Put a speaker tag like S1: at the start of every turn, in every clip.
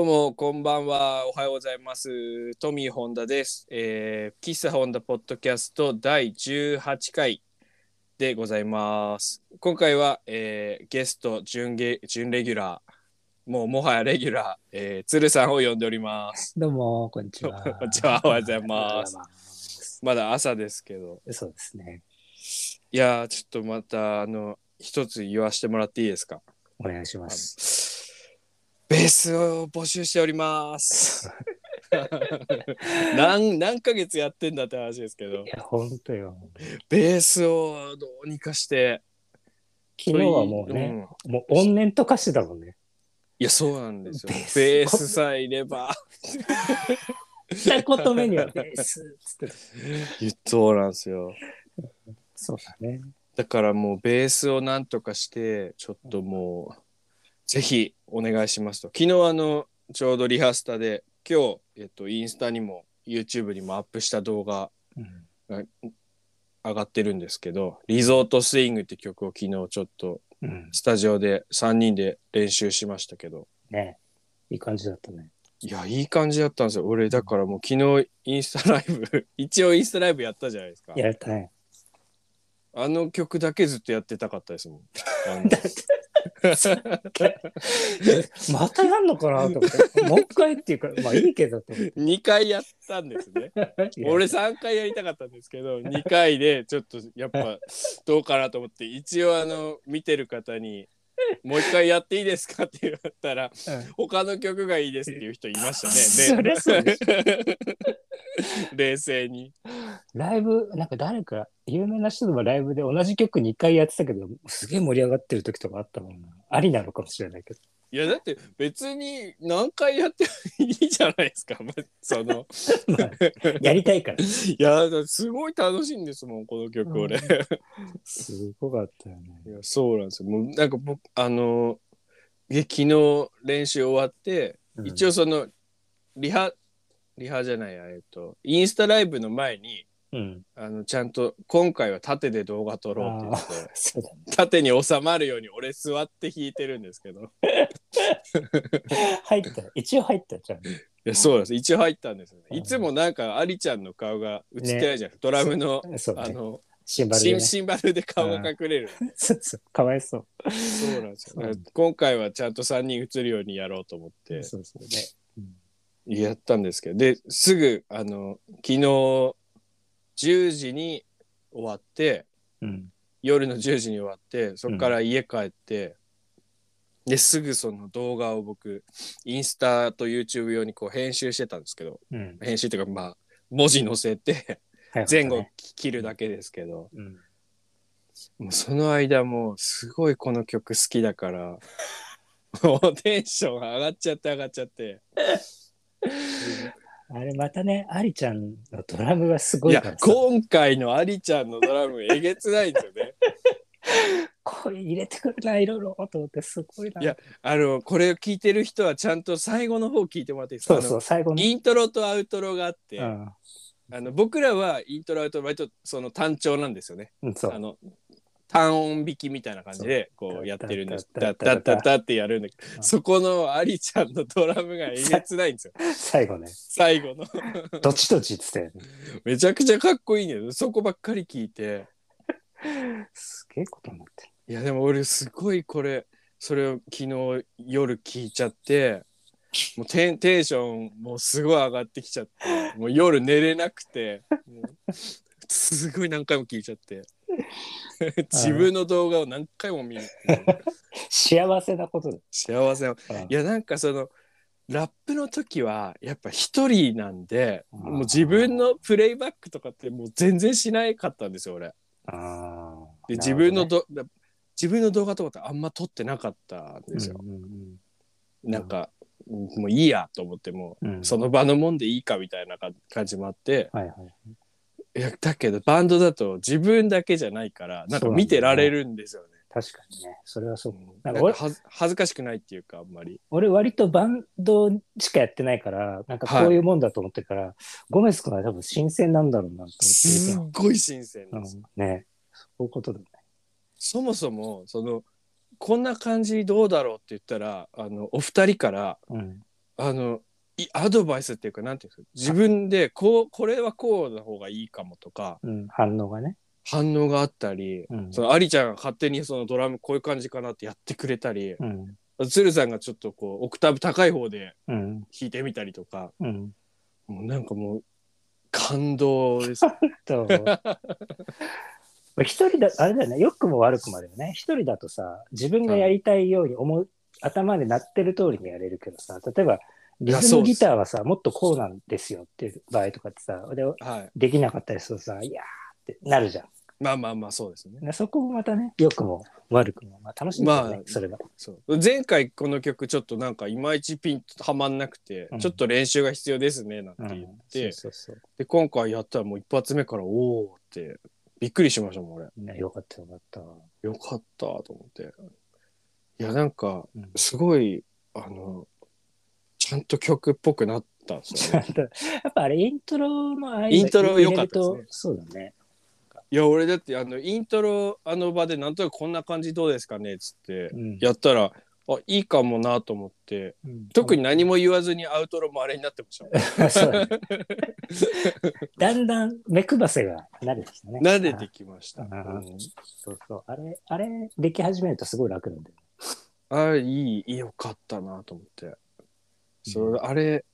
S1: んばんは。おはようございます。トミー・ホンダです。えー、喫茶ホンダポッドキャスト第18回でございます。今回は、えーゲスト準ゲ、準レギュラー、もうもはやレギュラー、えー、鶴さんを呼んでおります。
S2: どうも、こんにちは。
S1: こんにちはおはようございます
S2: おはようございます。
S1: まだ朝ですけど。
S2: そうですね。
S1: いやー、ちょっとまた、あの、一つ言わせてもらっていいですか。
S2: お願いしま
S1: あの
S2: す。
S1: ベースを募集しており ます。何何ヶ月やってんだって話ですけど
S2: いや、本当よ。
S1: ベースをどうにかして
S2: 昨日はもうね、
S1: ん
S2: もう怨念と歌詞だも んね。
S1: いやそうなんですよ
S2: ベース
S1: ベースさえいれば
S2: 二言目にはベースっつって。
S1: そうなんですよ
S2: そうだね。
S1: だからもうベースをなんとかしてちょっともうぜひお願いしますと昨日あのちょうどリハスタで今日、えっと、インスタにも YouTube にもアップした動画
S2: うん
S1: 上がってるんですけど「リゾートスイング」って曲を昨日ちょっと
S2: うん。
S1: スタジオで3人で練習しましたけど
S2: ねいい感じだったね。
S1: いやいい感じだったんですよ俺だからもう昨日インスタライブ 一応インスタライブやったじゃないですか
S2: やれたね。
S1: あの曲だけずっとやってたかったですもんあの
S2: またやんのかなと思って。もう一回っていうか、まあいいけどと思 って。
S1: 2回やったんですね俺3回やりたかったんですけ ど2回でちょっとやっぱどうかなと思って一応あの見てる方に「もう1回やっていいですか?」って言ったら
S2: うん
S1: 他の曲がいいですっていう人いました
S2: そ
S1: ね。
S2: りゃそうで
S1: で 冷静に。
S2: ライブ、なんか誰か、有名な人のライブで同じ曲2回やってたけど、すげえ盛り上がってる時とかあったもんな。ありなのかもしれないけど。
S1: いやだって別に何回やってもいいじゃないですか。 まそ の
S2: まあ、やりたいから。
S1: いやすごい楽しいんですもんこの曲俺。
S2: すごかったよね。
S1: いやそうなんですよ。もうなんか僕あのいや昨日練習終わって、一応そのリハリハじゃないやえっとインスタライブの前に
S2: うん、
S1: あのちゃんと今回は縦で動画撮ろうって言って。
S2: そうだね。
S1: 縦に収まるように俺座って弾いてるんですけどい
S2: 入った。一応入ったじゃん。
S1: やそうなんです一応入ったんですよねいつもなんかアリちゃんの顔が映ってないじゃん、ドラムの
S2: そう
S1: あ
S2: ね。
S1: の
S2: シンバル
S1: シ
S2: で、
S1: ン
S2: ね。
S1: シンバルで顔が隠れる
S2: そうそう。かわいそう。
S1: そうなんですよ
S2: うん
S1: だから今回はちゃんと3人映るようにやろうと思って
S2: そうそうね。
S1: やったんですけどですぐあの昨日10時に終わって
S2: うん。
S1: 夜の10時に終わってそこから家帰って、ですぐその動画を僕インスタと YouTube 用にこう編集してたんですけど
S2: うん。
S1: 編集というかまあ文字載せて
S2: はい
S1: 前後。切るだけですけど、
S2: うん。
S1: もうその間もうすごいこの曲好きだからもうテンションが上がっちゃって上がっちゃって
S2: あれ、またね、アリちゃんのドラムがすご
S1: い
S2: い
S1: や
S2: からさ。
S1: 今回のアリちゃんのドラムえげつないんですよ ね。
S2: これ入れてくるな、いろいろと思って、すごいな。
S1: いやあのこれを聞いてる人はちゃんと最後の方聞いてもらっていいですか
S2: そうそう、最後
S1: あの
S2: の。
S1: イントロとアウトロがあって、
S2: うん
S1: あの僕らはイントロアウトロ割とその単調なんですよね。
S2: うん、そ
S1: あ
S2: う。
S1: の単音弾きみたいな感じでこうやってるんです。
S2: だ
S1: だ
S2: っ
S1: ったた
S2: っ
S1: ったた
S2: っ
S1: ったたってやるんだけど、
S2: うん
S1: そこのアリちゃんのドラムがえげつないんですよ。
S2: 最後ね。
S1: 最後の
S2: どっちどっちっつって。
S1: めちゃくちゃかっこいいんだよ。そこばっかり聞いて。
S2: すげえことになってる。
S1: いやでも俺すごいこれそれを昨日夜聞いちゃってもうテンテンションもうすごい上がってきちゃってもう夜寝れなくてもうすごい何回も聞いちゃって 自分の動画を何回も見る
S2: 幸せなことだ。
S1: 幸せを
S2: うん
S1: いやなんかそのラップの時はやっぱ一人なんで
S2: あー
S1: もう自分のプレイバックとかってもう全然しないかったんですよ俺。
S2: ああ。
S1: で
S2: な
S1: 自
S2: るほどね
S1: 分のど、だ自分の動画とかってあんま撮ってなかったんですよ。
S2: うんうん
S1: なんか、もういいやと思っても
S2: うんうん
S1: うその場のもんでいいかみたいなか感じもあって
S2: はいはい。
S1: いやだけどバンドだと自分だけじゃないからなんか見てられるんですよね。
S2: 確かにね。それはそう。
S1: な
S2: なん
S1: ん
S2: か
S1: か
S2: 俺
S1: はず恥ずかしくないっていうかあんまり。
S2: 俺割とバンドしかやってないから、なんかこういうもんだと思ってるから、ゴメス君は多分新鮮なんだろうなと思
S1: すっ
S2: って。
S1: ごい新鮮
S2: う
S1: なんんです、
S2: ね。そういうことだね。
S1: そもそもそのこんな感じどうだろうって言ったらあのお二人から
S2: うん。
S1: あのいアドバイスっていうかなんていうんですか自分でこうこれはこうの方がいいかもとか
S2: うん、反応がね。
S1: 反応があったり
S2: うん。
S1: そのアリちゃんが勝手にそのドラムこういう感じかなってやってくれたり
S2: うん。
S1: 鶴さんがちょっとこうオクターブ高い方で
S2: うん。
S1: 弾いてみたりとか
S2: うん。
S1: もうなんかもう感動 です
S2: と、一人だ、あれだよね、良くも悪くもだよね。一人だとさ、自分がやりたいように思う、頭で鳴ってる通りにやれるけどさ、例えば、リ
S1: いや
S2: ズ
S1: そう
S2: ム
S1: です
S2: ギターはさ、もっとこうなんですよっていう場合とかってさ、で
S1: はい
S2: できなかったりするとさ、いやーってなるじゃん。
S1: まあまあまあそうですね
S2: ねそこもまたね、良くも悪くも、まあ楽しいんだよ
S1: ま
S2: ね、
S1: あ
S2: それが。
S1: そう前回この曲ちょっとなんかいまいちピンとはまんなくて、
S2: うん
S1: ちょっと練習が必要ですねなんて
S2: うん
S1: 言って、
S2: そうそうそう。
S1: で今回やったらもう一発目からおおってびっくりしましたもん俺
S2: ね、よかったよかった。
S1: よかったと思っていやなんか
S2: うん
S1: すごいあのちゃんと曲っぽくなったんですよ、ね、
S2: やっぱあれ、イントロの間
S1: イントロ良かったですね
S2: 入れるとそうだね。
S1: いや俺だってあのイントロあの場でなんとなくこんな感じどうですかねっつって
S2: うん
S1: やったらあいいかもなと思って特に何も言わずにアウトロもあれになってましたもん
S2: そうだね だんだん目くばせが慣れてきたね。
S1: 慣れてきました。
S2: ああ
S1: うん
S2: そうそう。あれ、あれ、でき始めるとすごい楽なんだよ。
S1: あれいい、よかったなと思って。そう、
S2: う
S1: あれ、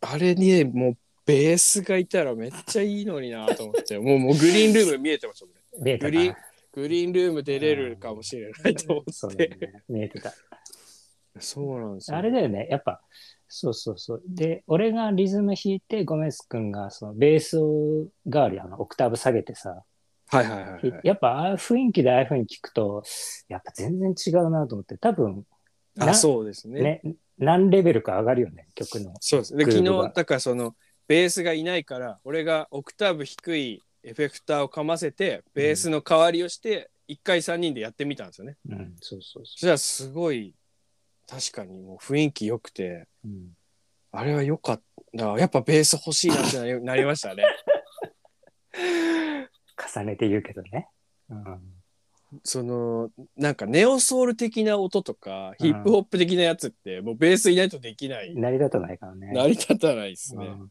S1: あれに、もうベースがいたらめっちゃいいのになと思って、 もうもうグリーンルーム見えてましたもんね。
S2: 見えた
S1: グ
S2: な
S1: リーン、グリーンルーム出れるかもしれないと思
S2: そう
S1: っ
S2: だよ
S1: て。
S2: ね。見えてた。
S1: そうなんですよ。
S2: あれだよね。やっぱ、そうそうそう。で、俺がリズム弾いて、ゴメス君が、その、ベースを代わり、あの、オクターブ下げてさ、
S1: はいはいはい、はい。
S2: やっぱ、ああいう雰囲気でああいう風に聞くと、やっぱ全然違うなと思って、多分、な
S1: あ、そうですね。
S2: ね、何レベルか上がるよね、曲の。
S1: そうです。で、
S2: グル
S1: 昨
S2: ー
S1: 日
S2: ヴが、
S1: だからその、ベースがいないから、俺がオクターブ低いエフェクターをかませて、ベースの代わりをして、一回三人でやってみたんですよね。
S2: うん、そうそうそ
S1: じゃあすごい確かにもう雰囲気良くて
S2: う。うん
S1: あれは良かったやっぱベース欲しいなってな りなりましたね
S2: 重ねて言うけどね。うん、
S1: そのなんかネオソウル的な音とかヒップホップ的なやつってもうベースいないとできない、
S2: 成り立たないからね。
S1: 成り立たないですね、
S2: うん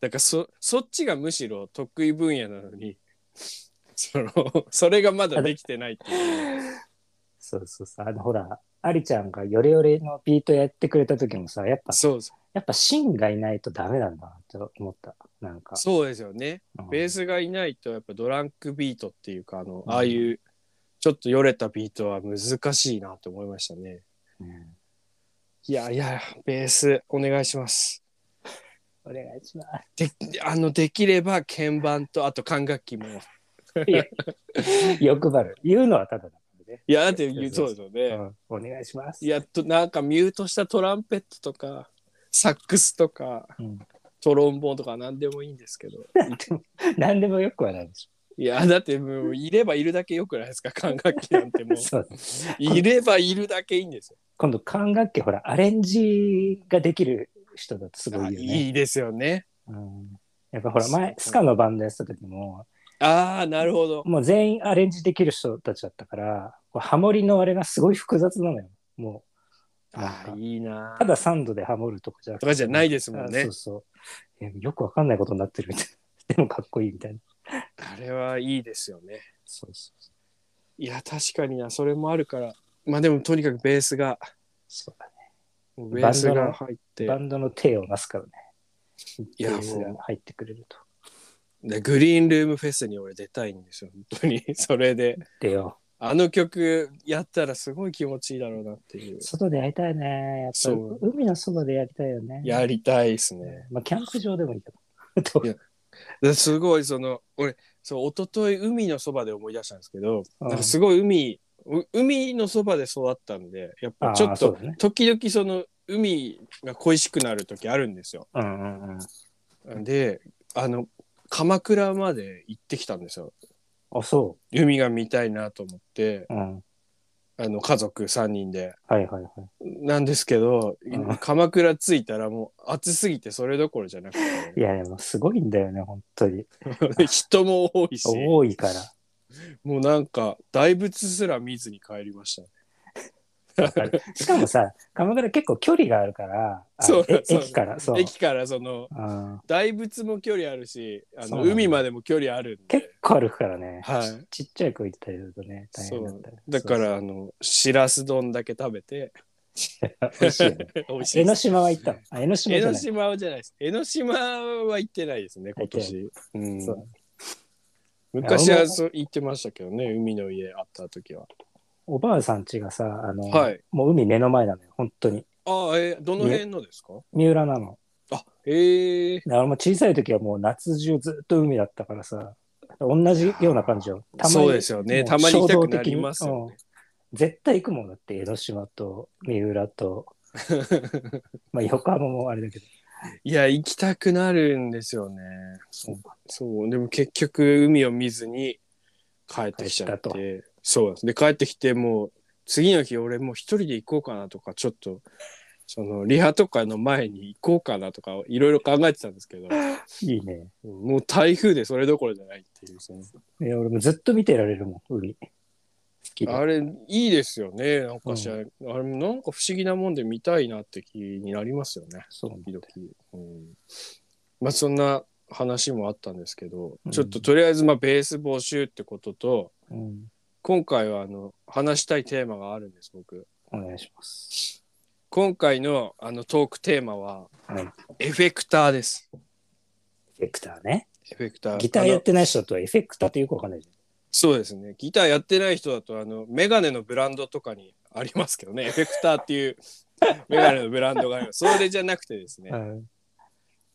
S1: だからそそっちがむしろ得意分野なのに そのそれがまだできてないっていう
S2: そうそうそう。あの、ほら、アリちゃんがヨレヨレのビートやってくれた時もさ、やっぱ、
S1: そう
S2: やっぱ芯がいないとダメなんだなって思った。なんか。
S1: そうですよね
S2: うん
S1: ベースがいないとやっぱドランクビートっていうかあの
S2: うん
S1: ああいうちょっとよれたビートは難しいなと思いましたね。
S2: ね
S1: いやいやベースお願いします。
S2: お願いしま
S1: であのできれば鍵盤とあと管楽器も。
S2: す。 欲張る。言うのはただだからね。
S1: いやだって言うそうですよね。
S2: うん、お願いします。
S1: いやとなんかミュートしたトランペットとかサックスとか
S2: うん、
S1: トロンボーンとか何でもいいんですけど。
S2: 何でもよくはないでし
S1: いやだってもういればいるだけよくない ですか管楽器なんても
S2: ょ。
S1: う。
S2: そう
S1: いればいるだけいいんですよ。
S2: 今度管楽器ほらアレンジができる人だとすごいよね。
S1: あいいですよね。
S2: うん、やっぱほら前スカのバンドやってた時も
S1: ああなるほど。
S2: もう全員アレンジできる人たちだったからこうハモリのあれがすごい複雑なのよもうなん
S1: あ
S2: か
S1: ーいいなー
S2: ただサンドでハモるとかじゃなく
S1: とかじゃないですもん
S2: あ
S1: ね
S2: そうそうえよくわかんないことになってるみたいな でもかっこいいみたいな
S1: あれはいいですよね
S2: そうそうそう
S1: いや確かになそれもあるからまあでもとにかくベースが
S2: そうだね
S1: もうベース
S2: バンド
S1: が
S2: の
S1: 入って
S2: バンドの手をなすからね
S1: いや
S2: ベースが
S1: も
S2: 入ってくれると
S1: でグリーンルームフェスに俺出たいんですよ本当に それで
S2: でよ
S1: あの曲やったらすごい気持ちいいだろうなっていう
S2: 外でやりたいねやっぱ
S1: そう
S2: 海のそばでやりたいよね
S1: やりたいですね
S2: まあ、キャンプ場でもいいけど。
S1: いや ですごいその俺そう一昨日海のそばで思い出したんですけど、
S2: うん
S1: なんかすごい海う海のそばで育ったんでやっぱちょ
S2: あー
S1: っ
S2: そう
S1: と
S2: だね
S1: 時々その海が恋しくなる時あるんですよ。
S2: うんうんうん。
S1: であの鎌倉まで行ってきたんですよ。
S2: あ、そ
S1: 海が見たいなと思って
S2: う。うん。
S1: あの家族3人で
S2: はいはいはい。
S1: なんですけど、
S2: うん
S1: 鎌倉着いたらもう暑すぎてそれどころじゃなく
S2: いや、でもすごいんだよね、本当に。
S1: て人も多いし
S2: 多いから。
S1: もうなんか大仏すら見ずに帰りました。
S2: わ かるしかもさ、鎌倉結構距離があるから、あ
S1: そう
S2: え
S1: そう
S2: 駅から、そう。
S1: 駅からその
S2: うん
S1: 大仏も距離あるしあ
S2: そう
S1: の
S2: なんだ
S1: 海までも距離あるんで
S2: 結構歩くからね、
S1: はい
S2: ちちっちゃい子いたりするとね、大変だったり。
S1: だからあのしらす丼だけ食べて
S2: そうそう、美味しいよね。
S1: 美味しい
S2: 江
S1: で
S2: ノ
S1: す
S2: 島は行ったの。あ、江ノ島
S1: 江
S2: じゃ
S1: ノ
S2: ない。
S1: 島はじゃないです江ノ島は行ってないですね今年、うん
S2: そう
S1: 昔はそう行ってましたけどね海の家あった時は
S2: おばあさん家がさ、あの、
S1: はい
S2: もう海目の前なのよ、本当に。
S1: ああえーどの辺のですか
S2: 三浦なの。
S1: あええー
S2: だからもう小さい時はもう夏中ずっと海だったからさ、同じような感じよ。たまに
S1: そうですよね
S2: もう
S1: たまに行きたくな
S2: 衝動的
S1: り
S2: に
S1: ますよね
S2: うん絶対行くもんだって、江ノ島と三浦 と、まあ横浜もあれだけど。
S1: いや行きたくなるんですよねそうそうでも結局海を見ずに帰ってきちゃっ
S2: 帰って
S1: そうですで帰ってきてもう次の日俺もう一人で行こうかなとかちょっとそのリハとかの前に行こうかなとかいろいろ考えてたんですけ ど
S2: いいね。
S1: もう台風でそれどころじゃないっていうその
S2: いや俺もずっと見てられるもん、海。好きで。
S1: あれいいですよねなんかしら、あれもなんか不思議なもんで見たいなって気になりますよね
S2: そうなんだ
S1: 時々、うん、まあそんな話もあったんですけど、
S2: うん
S1: ちょっととりあえずまあベース募集ってことと
S2: うん。
S1: 今回はあの話したいテーマがあるんです僕
S2: お願いします。
S1: 今回のあのトークテーマは
S2: はい。
S1: エフェクターです
S2: エフェクターね。
S1: エフェクター
S2: ギターや
S1: あ
S2: っ
S1: の
S2: てない人だとエフェクターってよくわかんないじ
S1: そうですねギターやってない人だとあのメガネのブランドとかにありますけどねエフェクターって いうメガネのブランドがありますそれじゃなくてですね
S2: ゃん。うん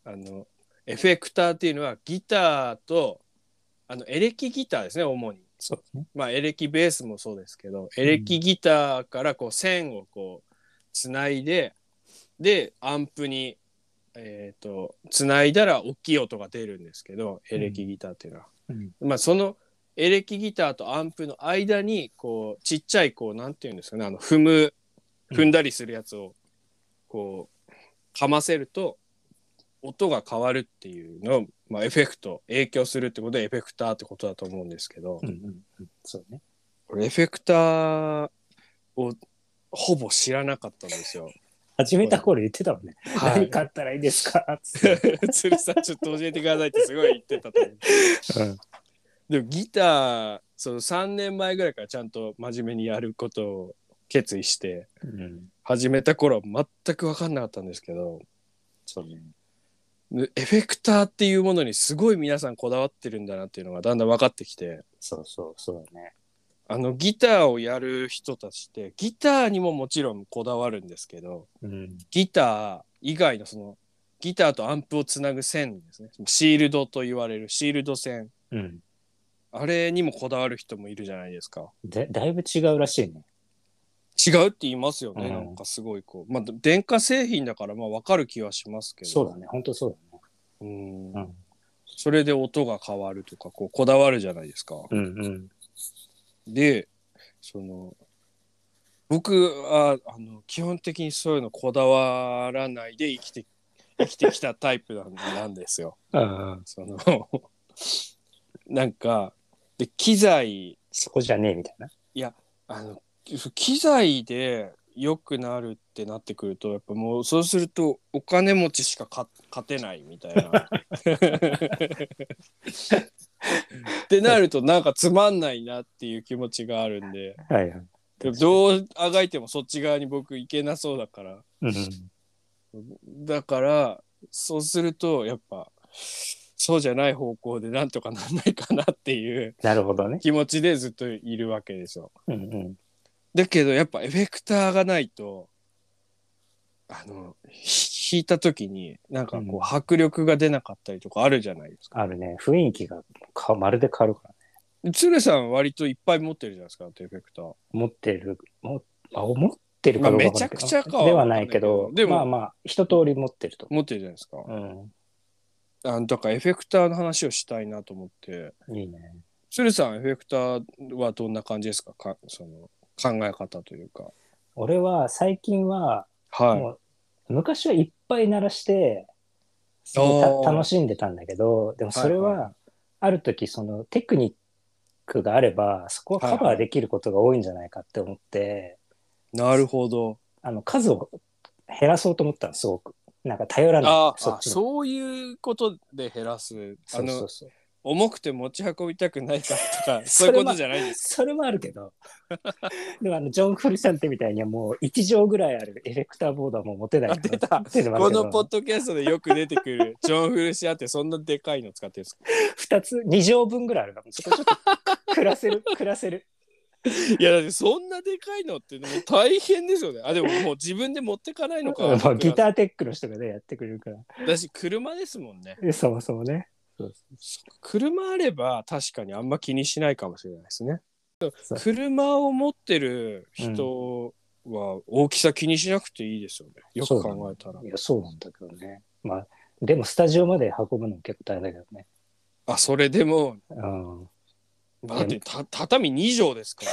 S1: あのエフェクターっていうのはギターとあのエレキギターですね主に
S2: そうですね。
S1: まあエレキベースもそうですけどエレキギターからこう線をこうつないででアンプにえーとつないだら大きい音が出るんですけどエレキギターっていうのは、
S2: うん
S1: まあそのエレキギターとアンプの間にこうちっちゃいこうなんていうんですかねあの踏む踏んだりするやつをこうかませると音が変わるっていうのを、まあ、エフェクト影響するってことでエフェクターってことだと思うんですけど、
S2: うんうんうん。そうね。
S1: 俺エフェクターをほぼ知らなかったんですよ。
S2: 始めた頃言ってたもんね。何買ったらいいですかつって。
S1: 鶴さんちょっと教えてくださいってすごい言ってたと思う。でもギターその3年前ぐらいからちゃんと真面目にやることを決意して
S2: うん。
S1: 始めた頃は全く分かんなかったんですけど
S2: そうね。
S1: でエフェクターっていうものにすごい皆さんこだわってるんだなっていうのがだんだん分かってきて
S2: そうそう、そうだね。
S1: あのギターをやる人たちってギターにももちろんこだわるんですけど
S2: うん。
S1: ギター以外のそのギターとアンプをつなぐ線ですねシールドと言われるシールド線
S2: うん。
S1: あれにもこだわる人もいるじゃないですか
S2: で、だいぶ違うらしいね。
S1: 違うって言いますよね、
S2: うん
S1: なんかすごいこうまあ電化製品だからまあ分かる気はしますけど
S2: そうだね。本当そうだね。
S1: うん
S2: うん
S1: それで音が変わるとかこうこだわるじゃないですか
S2: うんうん。
S1: でその僕はあの基本的にそういうのこだわらないで生きて生きてきたタイプなんなんですよ
S2: ああ、
S1: その なんかで機材
S2: そこじゃねえみたいな。
S1: あの機材で良くなるってなってくるとやっぱもうそうするとお金持ちしか勝勝てないみたいな。ってなるとなんかつまんないなっていう気持ちがあるんで
S2: はいはい。
S1: でもどうあがいてもそっち側に僕行けなそうだから
S2: うん。
S1: だからそうするとやっぱそうじゃない方向でなんとかなんないかなっていう
S2: なるほどね。
S1: 気持ちでずっといるわけですよ。
S2: うんうん。
S1: だけどやっぱエフェクターがないとあのひ弾いた時になんか
S2: う
S1: こ
S2: ん
S1: う迫力が出なかったりとかあるじゃないですか。
S2: あるね。雰囲気がかまるで変わるからね。
S1: 鶴さんは割といっぱい持ってるじゃないですかエフェクター。
S2: 持ってる、もあ持ってるかどうか
S1: ま
S2: わかんないけど
S1: あめちゃくちゃかは
S2: ではないけど、
S1: でも
S2: まあまあ、一通り持ってると。
S1: 持ってるじゃないですか。
S2: うん。
S1: あのだからエフェクターの話をしたいなと思って
S2: いいね。
S1: 鶴さんエフェクターはどんな感じですかかその考え方というか。
S2: 俺は最近は、
S1: はい。
S2: もう昔はいっぱい鳴らしてすごい
S1: あー
S2: た楽しんでたんだけどでもそれ
S1: はいは
S2: はある時そのテクニックがあればそこはカ
S1: はいは
S2: バ
S1: い
S2: ーできることが多いんじゃないかって思って、
S1: なるほど。
S2: あの、数を減らそうと思ったの、すごく。なんか頼らない。
S1: あ
S2: そ
S1: あ
S2: っ、ちの。
S1: そういうことで減らす。あ
S2: そうそ
S1: の
S2: う、そう。
S1: 重くて持ち運びたくないか とか、そ
S2: そう
S1: いう
S2: れは
S1: ことじゃないです。
S2: それもあるけど。でもあの、ジョン・フルサンテみたいにはもう1畳ぐらいあるエフェクターボードはもう持てない
S1: あ、
S2: から。
S1: 出た。
S2: っていうのもあ
S1: こ
S2: るけど
S1: のポッドキャストでよく出てく るジョン・フルシアってそんなでかいの使ってるんですか
S2: 2つ、2畳分ぐらいあるから、そこちょっと暮らせる、 暮らせる。
S1: いやだってそんなでかいのってでも大変ですよね。あでももう自分で持ってかないの か。
S2: まあギターテックの人がね、やってくれるから。
S1: だし車ですもんね。
S2: でそもそもね。
S1: 車あれば確かにあんま気にしないかもしれないですね。
S2: そう
S1: 車を持ってる人は大きさ気にしなくていいですよね。よく考えたら。
S2: いや、そうなんだけどね。まあ、でもスタジオまで運ぶのも結構大変だけどね。
S1: あそれでも
S2: うん。
S1: だってた畳2畳ですか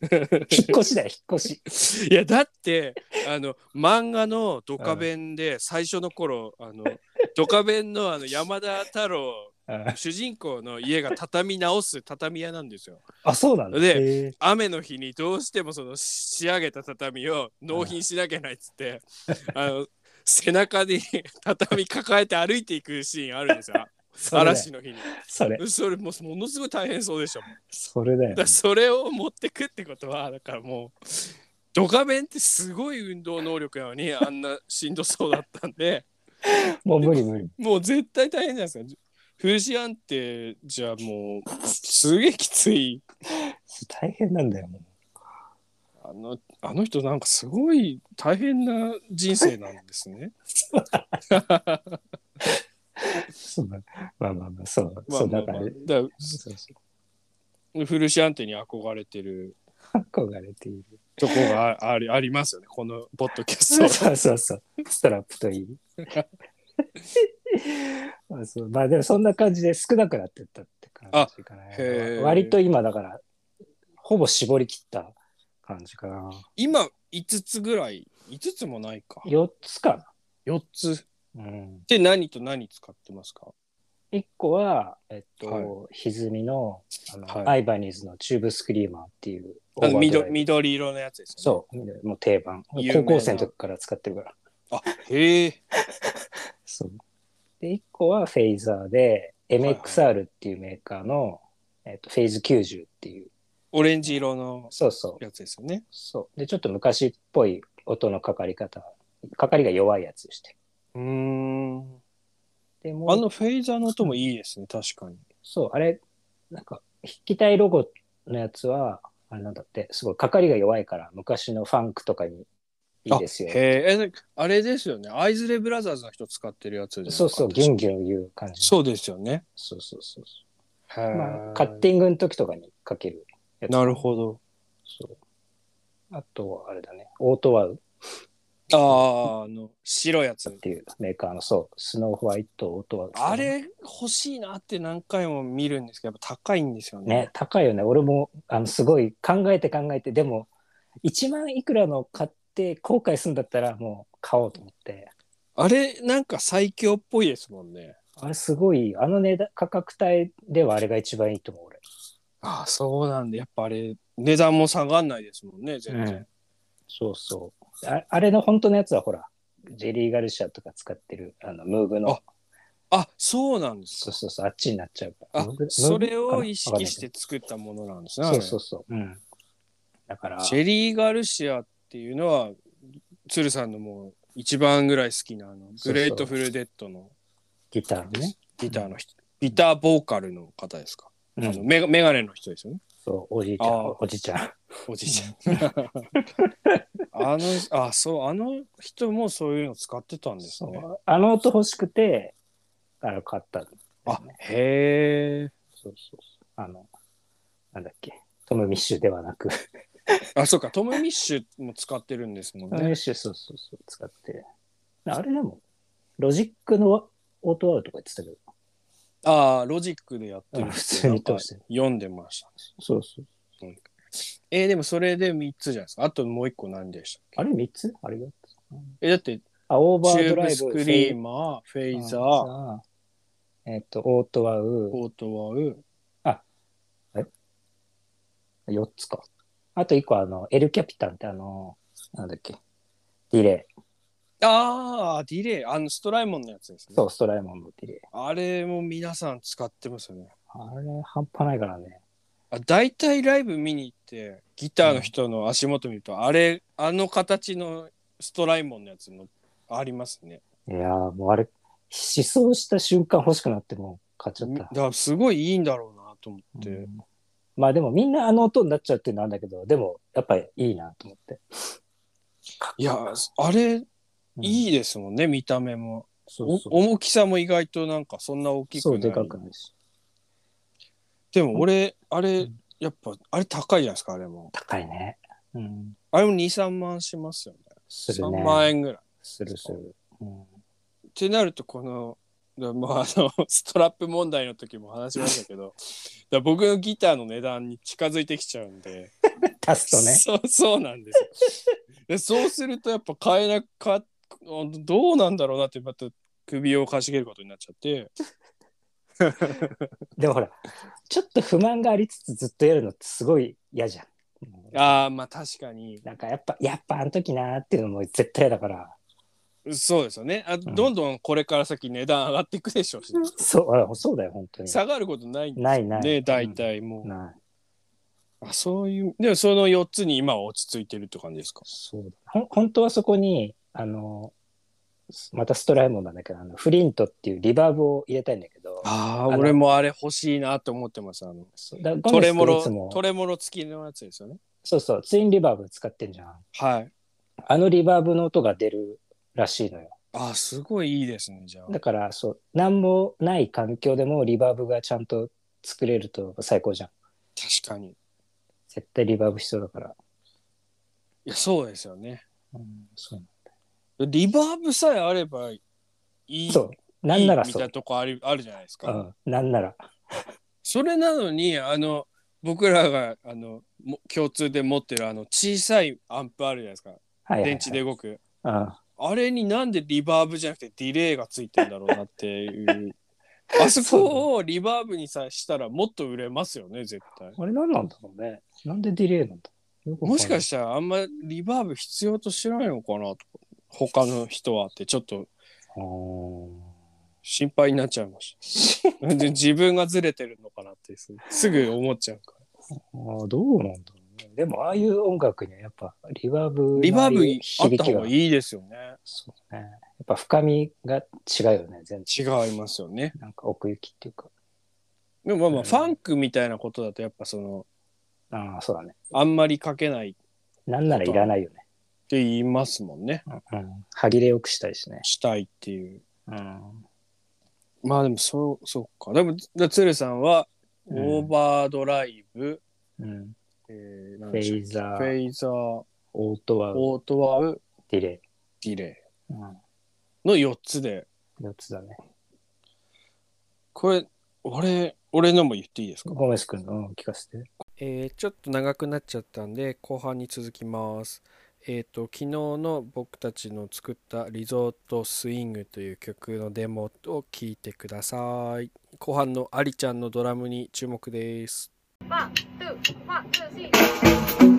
S1: ら、
S2: 引っ越しだよ、引っ越し。
S1: いやだってあの漫画の「ドカベン」で最初の頃あのドカベンのあの山田太郎主人公の家が畳み直す畳屋なんですよ。
S2: あ、そうなんだ。
S1: で
S2: へえ
S1: 雨の日にどうしてもその仕上げた畳を納品しなきゃいけないっつってあの背中に畳抱えて歩いていくシーンあるんですよ
S2: それだよ
S1: 嵐の日に
S2: それ、
S1: それもうものすごい大変そうでしたもんだ
S2: それだよ
S1: か
S2: ね
S1: ら。それを持ってくってことはだからもうドカベンってすごい運動能力なのにあんなしんどそうだったんで
S2: もう無理無理。
S1: もう絶対大変じゃないですかフーシアンってじゃあもうすげえきつい
S2: 大変なんだよ、もう。
S1: あのあの人なんかすごい大変な人生なんですね。
S2: そうだまあまあまあ、そう、
S1: まあ
S2: そう
S1: まあ
S2: だ
S1: ま
S2: か
S1: あ
S2: ら、
S1: だか
S2: そうそ
S1: らフルシアンテに憧れてる
S2: う憧れている。
S1: とこがあありありますよねこのポッドキャスト
S2: そう
S1: は。
S2: そうそうそう、ストラップとい い。まあそうまあでもそんな感じで少なくなってったって感じか
S1: あへえ
S2: な。割と今だから、ほぼ絞り切った感じかな。
S1: 今5つぐらい5つもないか
S2: 4つか
S1: 4つ
S2: な。うん。
S1: で何と何使ってますか
S2: 1個は、えっと、
S1: はい
S2: 歪みのあの、
S1: はい
S2: アイバニーズのチューブスクリーマーっていうオー
S1: あの
S2: バードライブ。
S1: 緑緑色のやつですよ
S2: そう、もう定番。
S1: 有名
S2: 高
S1: な
S2: 校生の時から使ってるから。
S1: ね。あへえ
S2: そう。で、1個はフェイザーで、MXR っていうメーカーの、えっと、フェイズ90っていう。
S1: オレンジ色の
S2: そうそう。
S1: やつですよね。
S2: そう。で、ちょっと昔っぽい音のかかり方。かかりが弱いやつでして。
S1: うーん
S2: でもう
S1: あのフェイザーの音もいいですね確かに。
S2: そう、あれ、なんか、筆記体ロゴのやつは、あれなんだって、すごい、かかりが弱いから、昔のファンクとかにいいですよ
S1: あ。へええなんかあれですよね。アイズレブラザーズの人使ってるやつです
S2: そうそう、ギュンギュン言う感じ。
S1: そうですよね。
S2: そうそうそうそ
S1: へ
S2: う。
S1: え
S2: まあ、カッティングの時とかにかけるやつ。
S1: なるほど。
S2: そう。あとは、あれだね、オートワウ
S1: ああ、あの、白いや
S2: っ
S1: つ。
S2: ていうメーカーの、そう、スノーホワイト、オートワウ
S1: あれ欲しいなって何回も見るんですけど、やっぱ高いんですよね。
S2: ね、高いよね。俺も、あの、すごい考えて考えて、でも、1万いくらの買って後悔するんだったら、もう買おうと思って。
S1: あれ、なんか最強っぽいですもんね。
S2: あれすごい、あの値段、価格帯ではあれが一番いいと思う、俺。
S1: ああ、そうなんで、やっぱあれ、値段も下がんないですもんね、全
S2: う
S1: 然。
S2: んそうそう。ああれの本当のやつは、ほら、ジェリー・ガルシアとか使ってる、あの、ムーブの
S1: あ、あ、そうなんです
S2: そ
S1: か
S2: う。そうそう、あっちになっちゃうから。
S1: あ
S2: ムーブムーブ
S1: それ
S2: か
S1: を意
S2: なわかん
S1: 識
S2: ない
S1: し
S2: けど
S1: て作ったものなんですね。あ
S2: そ
S1: れ
S2: うそうそう。うん。だから、
S1: チェリー・ガルシアっていうのは鶴さんのもう一番ぐらい好きなあの
S2: そ
S1: グ
S2: うそう
S1: レートフルデッドの
S2: ギターのね。
S1: ギターの人ギターボーカルの方ですか、
S2: う
S1: あ
S2: ん
S1: のメガメガネの人ですよね
S2: そう、おじいちゃん
S1: あー、
S2: おじいちゃん。
S1: おじいちゃ んあのあそうあの人もそういうの使ってたんです
S2: そ
S1: ね
S2: う。あの音欲しくて、あれ買ったんだよね、
S1: あへえ
S2: そうそうそう。あの、なんだっけ、トム・ミッシュではなく、
S1: あそうかトム・ミッシュも使ってるんですもん
S2: トム・ミ
S1: ね
S2: ッシュ、そうそうそう、使って。あれでも、ロジックのオートアウトか言ってたけど、
S1: ああロジックでやってる
S2: うん普通に通して
S1: なんか読んでました
S2: そうそう。
S1: えーでもそれで3つじゃないですかあともう1個何でしたっけ
S2: あれ3つあれが
S1: えだって
S2: あ、オーバ
S1: チ
S2: ー
S1: ュ
S2: ド
S1: ー
S2: ラ
S1: ブ
S2: イ
S1: ス
S2: ブ、
S1: クリーマー、フェイザー、
S2: ー。えっと、オートアウ
S1: コートワウ、
S2: 4つか。あと一個、あの、エルキャピタンってあの、なんだっけ、ディレ
S1: ああ、ディレイ、あのストライモンのやつです
S2: イ。
S1: ね。
S2: そう、ストライモンのディレイ。
S1: あれも皆さん使ってますよね。
S2: あれ、半端ないからね。
S1: あ大体ライブ見に行って、ギターの人の足元見ると、あれ、あの形のストライモンのやつのありますね。
S2: いやー、もうあれ、思想した瞬間欲しくなってもう買っちゃっ
S1: だ
S2: た
S1: か。らすごいいいんだろうなと思って。
S2: うんまあでもみんなあの音になっちゃうっていうのはあるんだけど、でもやっぱりいいなと思って。
S1: いや、あれ、
S2: い、
S1: いいですもんね、見た目も。
S2: そうそう
S1: お大きさも意外となんかそんな大きく
S2: そう、
S1: ない。
S2: でかくないし。
S1: でも俺、あれ、
S2: うん
S1: やっぱ、あれ高いじゃないですか、あれも。
S2: 高いね。うん。
S1: あれも2、3万しますよね。
S2: するね。
S1: 3万円ぐらい。
S2: するする。うん、
S1: ってなるとこの、だまあ、あの ストラップ問題の時も話しましたけ どだ僕のギターの値段に近づいてきちゃうんで
S2: 足すとね。
S1: そうそうなんです よでそうするとやっぱ買えなかどうなんだろうなってまた首をかしげることになっちゃって
S2: でもほら、ちょっと不満がありつつずっとやるのってすごい嫌じゃん。
S1: ああまあ確かに
S2: なんかやっぱ、やっぱあの時なーっていうのも絶対嫌だから。
S1: そうですよねあ
S2: ん
S1: どんどんこれから先値段上がっていくでしょうし、
S2: そう、あそうだよ、本当に。
S1: 下がることないんで
S2: ないない。
S1: ね大体もう、
S2: ない。
S1: あそういうでもその4つに今は落ち着いてるって感じですか
S2: そうだ。ほん本当はそこに、あの、またストライモンなんだけど、あのフリントっていうリバーブを入れたいんだけど、
S1: ああ、
S2: の
S1: 俺もあれ欲しいなと思ってます。あの、
S2: そうだ
S1: トレモ
S2: ゴメ
S1: ロ、
S2: スっていつも
S1: トレモロ付きのやつですよね。
S2: そうそう、ツインリバーブ使ってんじゃん。
S1: はい。
S2: あのリバーブの音が出るらしいのよ。
S1: ああ、すごいいいですね、じゃあ。
S2: だから、そう、なんもない環境でもリバーブがちゃんと作れると最高じゃん。
S1: 確かに。
S2: 絶対リバーブ必要だから。
S1: いや、そうですよね。
S2: うん、そう
S1: リバーブさえあればいい。
S2: そう。なんなら
S1: いいみた
S2: そ
S1: いうな。とこあるあるじゃないです
S2: う
S1: か。
S2: ん、なんなら。
S1: それなのに、あの、僕らがあのも共通で持ってるあの小さいアンプあるじゃないですか。
S2: はいはいはい、
S1: 電池で動く。
S2: うん。
S1: あれになんでリバーブじゃなくてディレイがついてんだろうなって いう。あそこをリバーブにさしたらもっと売れますよね、絶対。
S2: あれなんなんだろうね。なんでディレイなんだろうよくわ
S1: も
S2: か
S1: し
S2: んない
S1: かしたらあんまリバーブ必要としてないのかなと。他の人はってちょっと
S2: あー
S1: 心配になっちゃいました。 で自分がずれてるのかなってすすぐ思っちゃうから。
S2: あーどうなんだろうね。でも、ああいう音楽にはやっぱリバーブの
S1: リバーブ
S2: いい
S1: あっ
S2: 響
S1: た
S2: き
S1: 方
S2: が
S1: がいいですよね。
S2: そうね。やっぱ深みが違うよね、全然。
S1: 違いますよね。
S2: なんか奥行きっていうか。
S1: でもまあまあ、
S2: うん
S1: ファンクみたいなことだとやっぱその、
S2: ああ、そうだね。
S1: あんまりかけないって
S2: なんならいらないよね。
S1: 言いますもんね。
S2: うん。歯切れよくしたいしね。
S1: したいっていう。
S2: うん。
S1: まあでもそうそうか。でもだつるさんは、
S2: うん
S1: オーバードライブ、
S2: うん、
S1: えー、
S2: フ
S1: 何
S2: ェ
S1: でしょう
S2: イザ
S1: フ
S2: ー、
S1: ェイザー、オ
S2: オートワウ、
S1: ートワウ、
S2: ディレ
S1: ディレ
S2: イ。うん。
S1: イの4つで。
S2: 4つだね。
S1: これ、俺、俺のも言っていいですか
S2: ゴメス君の、うん、聞かせて。
S1: えーちょっと長くなっちゃったんで後半に続きます。えっ、と昨日の僕たちの作った「リゾートスイング」という曲のデモを聞いてください。後半のアリちゃんのドラムに注目です。
S3: One, two, one, two, three.